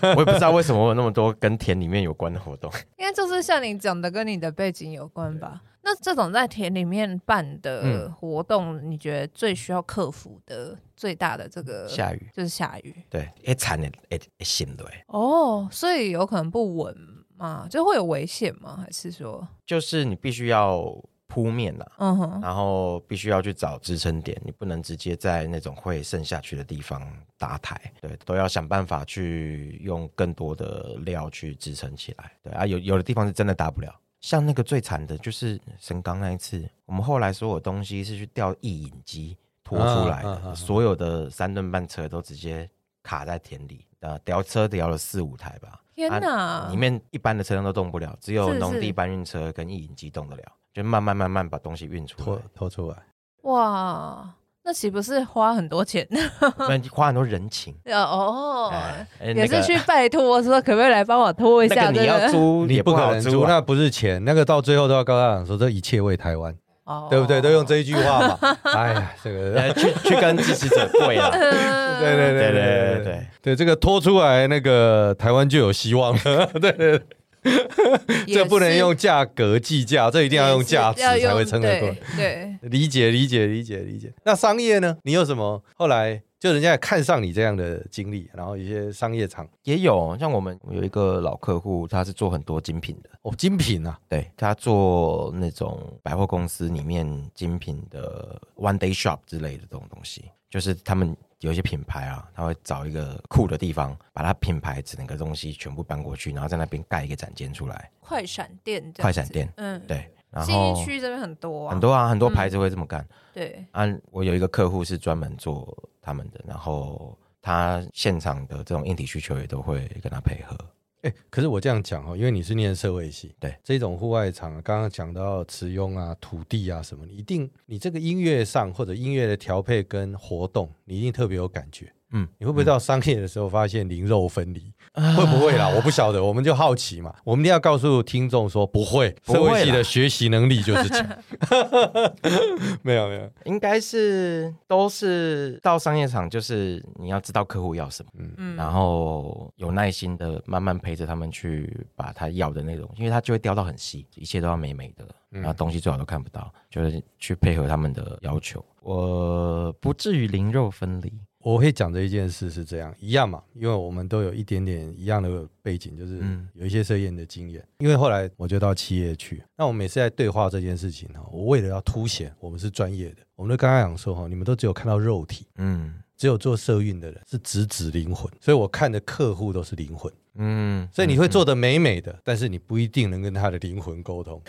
Speaker 3: 我也不知道为什么我有那么多跟田里面有关的活动。
Speaker 1: 应该就是像你讲的，跟你的背景有关吧。
Speaker 3: 嗯
Speaker 1: 那这种在田里面办的
Speaker 2: 嗯
Speaker 1: 活动，你觉得最需要克服的最大的这个
Speaker 3: 下雨
Speaker 1: 就是下雨
Speaker 3: 对，哎一铲的一一心对，
Speaker 1: 哦，所以有可能不稳嘛，就会有危险吗？还是说，
Speaker 3: 就是你必须要铺面啦、
Speaker 1: 嗯哼，
Speaker 3: 然后必须要去找支撑点，你不能直接在那种会渗下去的地方搭台，对，都要想办法去用更多的料去支撑起来。对啊，有有的地方是真的搭不了，像那个最惨的就是神冈那一次，我们后来所有东西是去吊翼引机拖出来的，
Speaker 2: 啊啊啊啊
Speaker 3: 所有的三吨半车都直接卡在田里，呃，吊车吊了四五台吧，
Speaker 1: 天
Speaker 3: 啊
Speaker 1: 哪！
Speaker 3: 里面一般的车辆都动不了，只有
Speaker 1: 是
Speaker 3: 农地
Speaker 1: 是
Speaker 3: 搬运车跟意引机动得了，就慢慢慢慢把东西运出
Speaker 2: 拖
Speaker 3: 来，
Speaker 2: 拖出来，
Speaker 1: 哇，那岂不是花很多钱？
Speaker 3: 那就花很多人情。
Speaker 1: 呃哦，
Speaker 3: 哎哎
Speaker 1: 也
Speaker 3: 那
Speaker 1: 是
Speaker 3: 个
Speaker 1: 去拜托说，可不可以来帮我拖一下
Speaker 3: 那
Speaker 1: 这
Speaker 3: 个你要
Speaker 1: 个？
Speaker 3: 租
Speaker 2: 你
Speaker 3: 也
Speaker 2: 不可
Speaker 3: 好
Speaker 2: 能
Speaker 3: 租
Speaker 2: 租，
Speaker 3: 啊，
Speaker 2: 那不是钱，那个到最后都要告诉他说这一切为台湾，
Speaker 1: 哦
Speaker 2: 对不对？都用这一句话嘛。哎呀，这个
Speaker 3: 呃，去去跟支持者对 了。
Speaker 1: 嗯
Speaker 2: 对对对
Speaker 3: 对对
Speaker 2: 对
Speaker 3: 对
Speaker 2: 对对
Speaker 3: 对，
Speaker 2: 对，这个拖出来，那个台湾就有希望了。对对，对
Speaker 1: 也
Speaker 2: 这不能
Speaker 1: 是
Speaker 2: 用价格计价，这一定要用价值才会撑得过
Speaker 1: 对。对，
Speaker 2: 理解理解理解理解。那商业呢？你有什么后来就人家也看上你这样的经历，然后一些商业场
Speaker 3: 也有像我们有一个老客户，他是做很多精品的，
Speaker 2: 哦，精品啊，
Speaker 3: 对他做那种百货公司里面精品的 one day shop 之类的这种东西，就是他们有一些品牌啊，他会找一个酷的地方，把它品牌整个东西全部搬过去，然后在那边盖一个展间出来，
Speaker 1: 快闪店这样子，
Speaker 3: 快闪店
Speaker 1: 嗯，
Speaker 3: 对，然
Speaker 1: 信
Speaker 3: 后
Speaker 1: 义区这边很多啊，
Speaker 3: 很多啊，很多牌子会这么干。
Speaker 1: 对，
Speaker 3: 啊，我有一个客户是专门做他们的，然后他现场的这种硬体需求也都会跟他配合。
Speaker 2: 哎、可是我这样讲哦，因为你是念社会系，
Speaker 3: 对
Speaker 2: 这种户外场，刚刚讲到慈庸啊、土地啊什么，你一定你这个音乐上或者音乐的调配跟活动，你一定特别有感觉。
Speaker 3: 嗯，啊
Speaker 2: 你会不会到商业的时候发现零肉分离？会不会啦？我不晓得，我们就好奇嘛。我们一定要告诉听众说不会，
Speaker 3: 不会
Speaker 2: 社
Speaker 3: 啦
Speaker 2: 会系的学习能力就是强。 没有没有，
Speaker 3: 应该是都是到商业场，就是你要知道客户要什么，
Speaker 1: 嗯，
Speaker 3: 然后有耐心的慢慢陪着他们去把他要的那种，因为他就会雕到很细，一切都要美美的，
Speaker 2: 嗯
Speaker 3: 然后东西最好都看不到，就是去配合他们的要求。我不至于零肉分离，
Speaker 2: 我会讲这一件事是这样，一样嘛，因为我们都有一点点一样的背景，就是
Speaker 3: 嗯
Speaker 2: 有一些设宴的经验。因为后来我就到企业去，那我每次在对话这件事情哈，我为了要凸显我们是专业的，我们就刚刚讲说哈，你们都只有看到肉体，
Speaker 3: 嗯
Speaker 2: 只有做社运的人是直指灵魂，所以我看的客户都是灵魂，
Speaker 3: 嗯，
Speaker 2: 所以你会做的美美
Speaker 1: 嗯
Speaker 2: 的，但是你不一定能跟他的灵魂 沟通，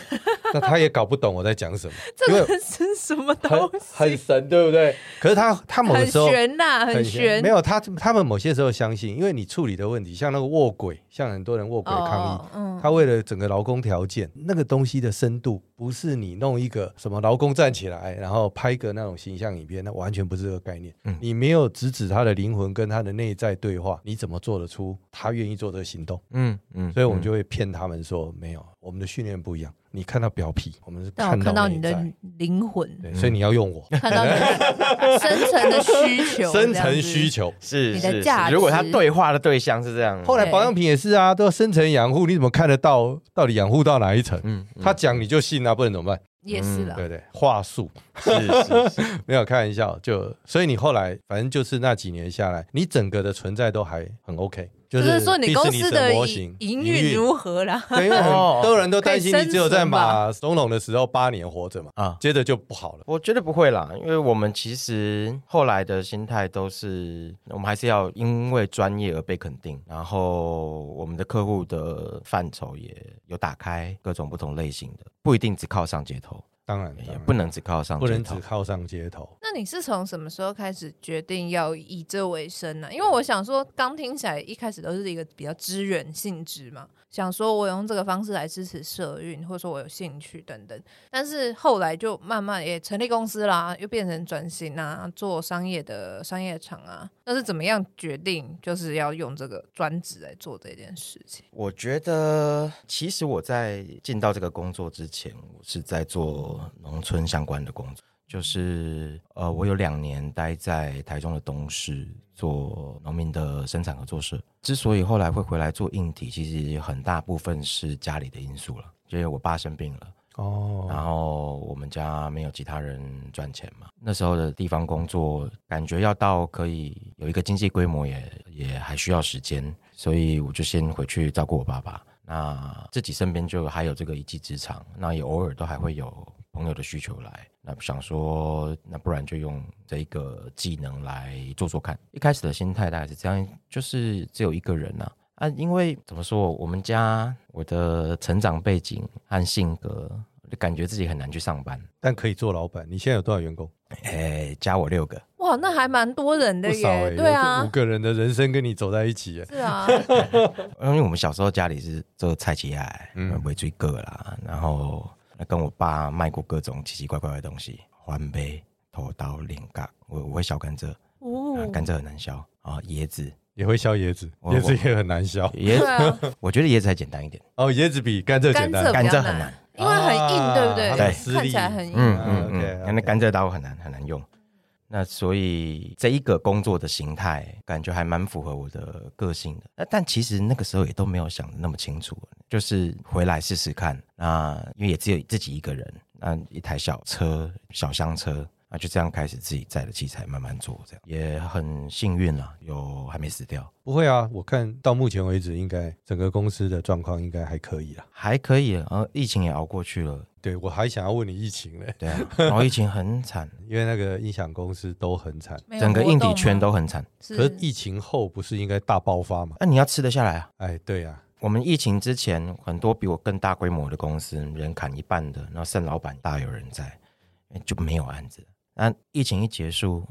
Speaker 2: 那他也搞不懂我在讲什么，因为
Speaker 1: 这个是什么
Speaker 2: 很
Speaker 1: 东
Speaker 2: 很
Speaker 1: 西？
Speaker 2: 神，对不对？可是他他某
Speaker 1: 很
Speaker 2: 个时候。
Speaker 1: 悬呐，很悬
Speaker 2: 没，有他，他们某些时候相信，因为你处理的问题，像那个卧轨，像很多人卧轨抗议，
Speaker 1: 哦，嗯，
Speaker 2: 他为了整个劳工条件，那个东西的深度，不是你弄一个什么劳工站起来，然后拍个那种形象影片，那完全不是这个概念。
Speaker 3: 嗯
Speaker 2: 你没有直指他的灵魂跟他的内在对话，你怎么做得出他愿意做这个行动？
Speaker 3: 嗯嗯，
Speaker 2: 所以我们就会骗他们说，没有，我们的训练不一样，你看到表皮，我们是
Speaker 1: 但我
Speaker 2: 看
Speaker 1: 看到
Speaker 2: 内
Speaker 1: 你的
Speaker 2: 在
Speaker 1: 灵魂，
Speaker 2: 对，所以你要 用我。
Speaker 1: 看到你 的深层的需求，
Speaker 2: 深
Speaker 1: 这样
Speaker 2: 层
Speaker 1: 子
Speaker 2: 需。求，
Speaker 3: 是
Speaker 1: 你的
Speaker 3: 是是
Speaker 1: 价值
Speaker 3: 如果他对话的对象是这样，
Speaker 2: 后来
Speaker 1: 对
Speaker 2: 保养品也是啊，都要深层养护，你怎么看得到到底养护到哪一层？
Speaker 3: 嗯，嗯
Speaker 2: 他讲你就信啊，不然怎么办？
Speaker 1: 也是
Speaker 3: 嗯
Speaker 1: 啦
Speaker 2: 对，不对？话术
Speaker 3: 是是是，
Speaker 2: 没有开玩笑，就所以你后来反正就是那几年下来，你整个的存在都还很 OK，就
Speaker 1: 就是
Speaker 2: 是
Speaker 1: 说你
Speaker 2: 迪
Speaker 1: 公
Speaker 2: 士尼
Speaker 1: 司的
Speaker 2: 模
Speaker 1: 营
Speaker 2: 型
Speaker 1: 营运如何啦？
Speaker 2: 对，因为很
Speaker 3: 哦
Speaker 2: 多人都担心
Speaker 1: 可以
Speaker 2: 你
Speaker 1: 生
Speaker 2: 只有在
Speaker 1: 存吧
Speaker 2: 马总统的时候八年活着嘛，
Speaker 3: 啊。
Speaker 2: 接着就不好了。
Speaker 3: 我觉得不会啦，因为我们其实后来的心态都是，我们还是要因为专业而被肯定，然后我们的客户的范畴也有打开各种不同类型的，不一定只靠上街头，
Speaker 2: 当然，当
Speaker 3: 也
Speaker 2: 然
Speaker 3: 哎不能只靠上
Speaker 2: 不
Speaker 3: 街
Speaker 2: 能只
Speaker 3: 头。
Speaker 2: 靠上街头。
Speaker 1: 那你是从什么时候开始决定要以这为生呢、因为我想说，刚听起来一开始都是一个比较支援性质嘛，想说我用这个方式来支持社运，或者说我有兴趣等等。但是后来就慢慢也成立公司啦，又变成转型啊，做商业的商业场啊。那是怎么样决定就是要用这个专职来做这件事情？
Speaker 3: 我觉得，其实我在进到这个工作之前，我是在做农村相关的工作，就是呃，我有两年待在台中的东市做农民的生产合作社。之所以后来会回来做硬体，其实很大部分是家里的因素了，因为我爸生病了。
Speaker 2: 哦，
Speaker 3: 然后我们家没有其他人赚钱嘛，那时候的地方工作，感觉要到可以有一个经济规模也也还需要时间，所以我就先回去照顾我爸爸。那自己身边就还有这个一技之长，那也偶尔都还会有朋友的需求来，那想说，那不然就用这一个技能来做做看。一开始的心态大概是这样，就是只有一个人呐、啊。啊，因为怎么说，我们家我的成长背景和性格，就感觉自己很难去上班。
Speaker 2: 但可以做老板。你现在有多少员工？
Speaker 3: 哎，加我六个，
Speaker 1: 哇，那还蛮多人的
Speaker 2: 不少
Speaker 1: 耶，
Speaker 2: 哎、
Speaker 1: 对
Speaker 2: 有这
Speaker 1: 啊
Speaker 2: 五，个人的人生跟你走在一起、哎，
Speaker 1: 是 啊，
Speaker 3: 因为我们小时候家里是做菜奇爱，
Speaker 2: 嗯
Speaker 3: 嗯，围追个啦，然后跟我爸卖过各种奇奇怪怪的东西，环杯、头刀、领杠，我我会削甘蔗，
Speaker 1: 哦
Speaker 3: 啊甘蔗很难削啊，椰子，
Speaker 2: 也会削椰子，
Speaker 3: 我
Speaker 2: 椰子也很难削。
Speaker 1: 对
Speaker 3: 椰子，
Speaker 1: 啊，
Speaker 3: 我觉得椰子还简单一点，
Speaker 2: 哦，椰子比甘蔗
Speaker 1: 甘
Speaker 2: 简单
Speaker 1: 蔗。
Speaker 3: 甘
Speaker 1: 比较
Speaker 3: 蔗很难，
Speaker 1: 因为很硬，对不
Speaker 2: 啊
Speaker 1: 对？
Speaker 3: 对
Speaker 1: 看起来很硬。
Speaker 3: 嗯
Speaker 2: 啊
Speaker 3: 嗯
Speaker 2: OK，OK
Speaker 3: 嗯，那甘蔗刀很难很难用。那所以这一个工作的形态，感觉还蛮符合我的个性的。那但其实那个时候也都没有想的那么清楚，啊就是回来试试看。那因为也只有自己一个人，那一台小车、小厢车，那就这样开始自己载的器材慢慢做，这样也很幸运啦，有还没死掉，
Speaker 2: 不会啊，我看到目前为止，应该整个公司的状况应该还可以啊啦。
Speaker 3: 还可以。呃，疫情也熬过去了，
Speaker 2: 对我还想要问你疫情嘞，
Speaker 3: 对啊，然后疫情很惨，
Speaker 2: 因为那个音响公司都很惨，
Speaker 1: 没有
Speaker 3: 整个
Speaker 1: 活
Speaker 3: 硬
Speaker 1: 动啊
Speaker 3: 体
Speaker 1: 吗
Speaker 3: 圈都很惨。
Speaker 2: 可是
Speaker 1: 是
Speaker 2: 疫情后不是应该大爆发吗？
Speaker 3: 那、你要吃得下来啊？
Speaker 2: 哎，对啊，
Speaker 3: 我们疫情之前，很多比我更大规模的公司，人砍一半的，然后剩老板大有人在，诶就没有案子。那疫情一结束，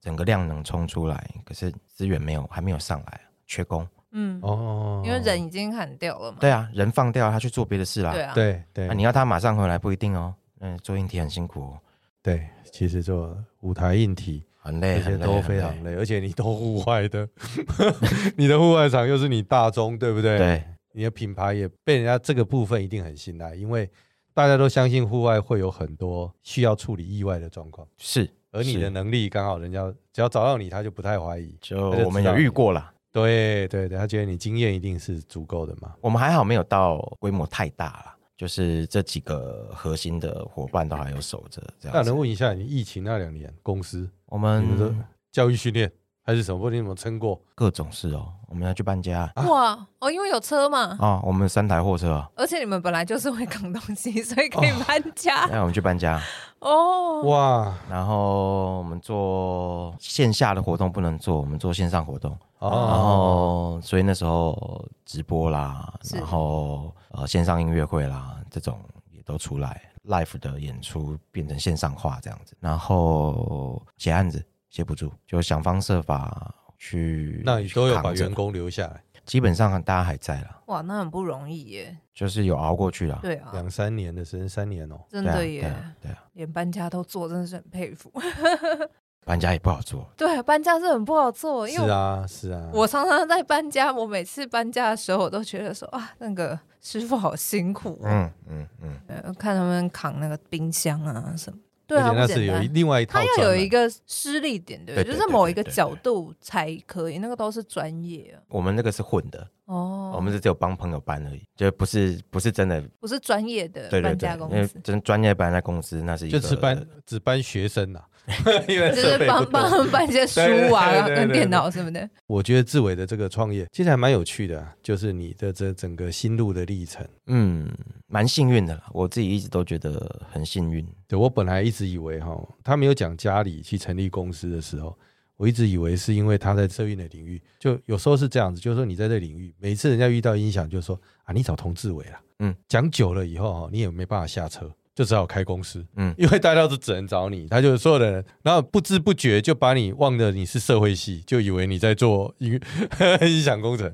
Speaker 3: 整个量能冲出来，可是资源没有，还没有上来，缺工。
Speaker 1: 嗯，
Speaker 2: 哦，
Speaker 1: 因为人已经砍掉了嘛。
Speaker 3: 对啊，人放掉，他去做别的事啦。
Speaker 1: 对啊，
Speaker 2: 对对、
Speaker 3: 啊你要他马上回来不一定哦。嗯，做硬体很辛苦、哦，
Speaker 2: 对，其实做舞台硬体
Speaker 3: 很
Speaker 2: 这
Speaker 3: 累，
Speaker 2: 些
Speaker 3: 很累，
Speaker 2: 都
Speaker 3: 很
Speaker 2: 非常
Speaker 3: 累。
Speaker 2: 累，而且你都户外的， 你的户外场又是你大宗，对不对？，
Speaker 3: 对，
Speaker 2: 你的品牌也被人家这个部分一定很信赖，因为大家都相信户外会有很多需要处理意外的状况，
Speaker 3: 是。
Speaker 2: 而你的
Speaker 3: 是
Speaker 2: 能力刚好人家只要找到你，他就不太怀疑。
Speaker 3: 就
Speaker 2: 他就
Speaker 3: 我们
Speaker 2: 知道
Speaker 3: 有遇过啦，
Speaker 2: 对对对，他觉得你经验一定是足够的嘛。
Speaker 3: 我们还好没有到规模太大啦，就是这几个核心的伙伴都还有守着这
Speaker 2: 那
Speaker 3: 样子
Speaker 2: 能。问一下，你疫情那两年公司
Speaker 3: 我
Speaker 2: 你们
Speaker 3: 们
Speaker 2: 的教育训练还是什么，或者你怎么撑过？
Speaker 3: 各种事哦，我们要去搬家
Speaker 1: 哇哦，因为有车嘛，
Speaker 2: 嗯
Speaker 3: 哦，我们有三台货车哦，
Speaker 1: 而且你们本来就是会扛东西，所以可以搬家
Speaker 2: 啊
Speaker 3: 那哎我们去搬家，
Speaker 1: 哦。
Speaker 2: 哇
Speaker 3: 然后我们做线下的活动不能做，我们做线上活动，然
Speaker 2: 哦，
Speaker 3: 后所以那时候直播啦，
Speaker 1: 是
Speaker 3: 然后呃线上音乐会啦，这种也都出来，live 的演出变成线上化这样子，然后写案子写不住，就想方设法去，
Speaker 2: 那你都有把
Speaker 3: 扛着
Speaker 2: 员，工留下来
Speaker 3: 基本上大家还在啦，
Speaker 1: 哇，那很不容易耶。
Speaker 3: 就是有熬过去啦，
Speaker 1: 对啊，
Speaker 2: 两三年的时间，三年哦。
Speaker 1: 真
Speaker 3: 哦对啊，
Speaker 1: 的
Speaker 3: 对
Speaker 1: 耶，
Speaker 3: 啊，对啊，
Speaker 1: 连搬家都做，真的是很佩服。
Speaker 3: 搬家也不好做。
Speaker 1: 对啊，搬家是很不好做，哦因
Speaker 2: 是
Speaker 1: 为
Speaker 2: 啊，是啊，
Speaker 1: 我常常在搬家，我每次搬家的时候，我都觉得说啊，那个师傅好辛苦、哦
Speaker 3: 嗯嗯嗯，
Speaker 1: 呃看他们扛那个冰箱啊什么。对
Speaker 2: 而
Speaker 1: 啊，
Speaker 2: 且那
Speaker 1: 不
Speaker 2: 是
Speaker 1: 简
Speaker 2: 有
Speaker 1: 单
Speaker 2: 一。另外一套
Speaker 1: 他
Speaker 2: 专
Speaker 1: 要有
Speaker 2: 栏
Speaker 1: 一个失力点，对不对？
Speaker 3: 对对
Speaker 1: 就
Speaker 3: 对
Speaker 1: 是某一个角度才可以，那个都是专业啊
Speaker 3: 我们那个是混的，
Speaker 1: 哦。
Speaker 3: 我们是只有帮朋友搬而已，就不是不是真的，
Speaker 1: 不是专业的
Speaker 3: 对对
Speaker 1: 搬
Speaker 3: 对
Speaker 1: 家，公
Speaker 3: 因为
Speaker 1: 司，
Speaker 3: 真专业搬在公司那是一
Speaker 2: 就
Speaker 3: 个
Speaker 2: 只 搬只搬学生啊呐、因为
Speaker 1: 就
Speaker 2: 设
Speaker 1: 是
Speaker 2: 备不
Speaker 1: 帮
Speaker 2: 够
Speaker 1: 帮他们搬一些书啊，
Speaker 2: 对对对对对
Speaker 1: 跟电脑什么的。
Speaker 2: 我觉得志伟的这个创业其实还蛮有趣的啊、就是你的这整个心路的历程。
Speaker 3: 嗯，蛮幸运的啦，我自己一直都觉得很幸运，
Speaker 2: 对我本来一直以为哈，他没有讲家里去成立公司的时候，我一直以为是因为他在社运的领域，就有时候是这样子，就是说你在这领域，每次人家遇到音响，就说啊，你找童志伟啦，
Speaker 3: 嗯，
Speaker 2: 讲久了以后哈，你也没办法下车，就只好开公司，
Speaker 3: 嗯
Speaker 2: 因为大家都只能找你，他就是所有的人，然后不知不觉就把你忘了你是社会系，就以为你在做音 乐音响工程，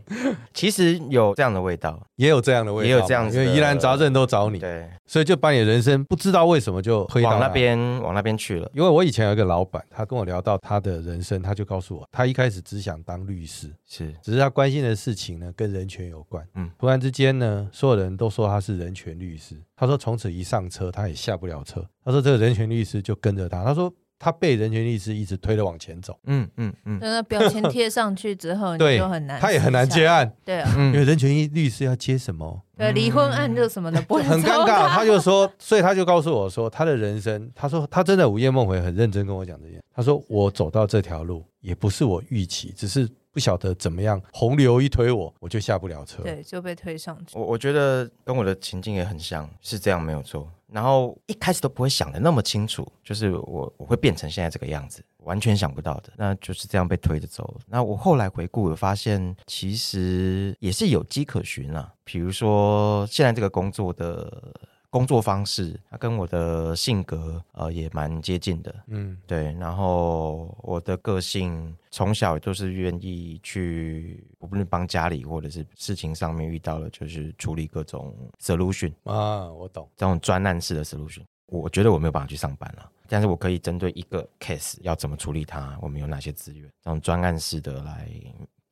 Speaker 3: 其实有这样的味道，
Speaker 2: 也有这样的味道嘛，
Speaker 3: 也有这样子
Speaker 2: 因
Speaker 3: 的
Speaker 2: 为疑难杂症都找你，
Speaker 3: 对，
Speaker 2: 所以就把你的人生不知道啊为什么就推到
Speaker 3: 往那
Speaker 2: 来
Speaker 3: 边往那边去了。
Speaker 2: 因为我以前有一个老板，他跟我聊到他的人生，他就告诉我，他一开始只想当律师，
Speaker 3: 是，
Speaker 2: 只是他关心的事情呢跟人权有关。嗯
Speaker 3: 嗯，
Speaker 2: 突然之间呢，所有人都说他是人权律师，他说从此一上车他也下不了车，他说这个人权律师就跟着他，他说他被人权律师一直推着往前走，
Speaker 3: 嗯嗯嗯
Speaker 1: 那标签贴上去之后，你
Speaker 2: 对
Speaker 1: 就很难，
Speaker 2: 他也很难接。案，
Speaker 1: 对啊，
Speaker 2: 因为
Speaker 3: 嗯，
Speaker 2: 人权律师要接什么？
Speaker 1: 对离婚案就什么的，不能
Speaker 2: 很尴
Speaker 1: 找
Speaker 2: 尬，他
Speaker 1: 他
Speaker 2: 就说，所以他就告诉我说，他的人生，他说他真的午夜梦回很认真跟我讲这件，他说我走到这条路也不是我预期，只是不晓得怎么样洪流一推我，我就下不了车。
Speaker 1: 对就被推上 去。
Speaker 3: 我我觉得跟我的情境也很像，是这样没有错。然后一开始都不会想的那么清楚，就是我我会变成现在这个样子，完全想不到的，那就是这样被推着走了。那我后来回顾，我发现其实也是有迹可循啊，比如说现在这个工作的。工作方式，它跟我的性格呃也蛮接近的，
Speaker 2: 嗯，
Speaker 3: 对，然后我的个性从小都是愿意去，无论帮家里或者是事情上面遇到了，就是处理各种 solution，
Speaker 2: 啊，我懂，
Speaker 3: 这种专案式的 solution。我觉得我没有办法去上班了、但是我可以针对一个 case 要怎么处理它，我们有哪些资源，这种专案式的来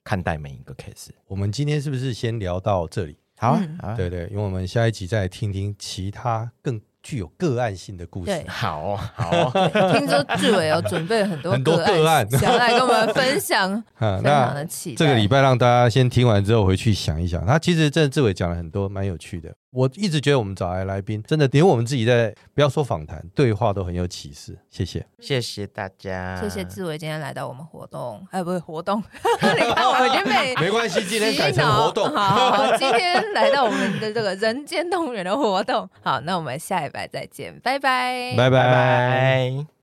Speaker 3: 看待每一个 case。
Speaker 2: 我们今天是不是先聊到这里？
Speaker 3: 好啊，
Speaker 1: 嗯
Speaker 3: 好啊
Speaker 2: 对对，因为我们下一集再来听听其他更具有个案性的故事
Speaker 1: 对。
Speaker 3: 好哦，好 哦，
Speaker 1: 听说志伟有准备很多
Speaker 2: 很多个案
Speaker 1: 想来跟我们分享，
Speaker 2: 啊
Speaker 1: 非常
Speaker 2: 那
Speaker 1: 的期待。
Speaker 2: 这个礼拜让大家先听完之后回去想一想。他其实郑志伟讲了很多蛮有趣的，我一直觉得我们找来来宾真的连我们自己在不要说访谈对话都很有启示。谢谢，
Speaker 3: 谢谢大家，
Speaker 1: 谢谢志伟今天来到我们活动，哎，不是活动， 你看我已经被
Speaker 2: 没关 系，今天改
Speaker 1: 洗
Speaker 2: 成
Speaker 1: 脑。
Speaker 2: 活动
Speaker 1: 哦 好，今天来到我们的这个人间动物园的活动。好，那我们下一拜再见，拜拜，
Speaker 2: 拜
Speaker 3: 拜
Speaker 2: 拜。
Speaker 3: 拜。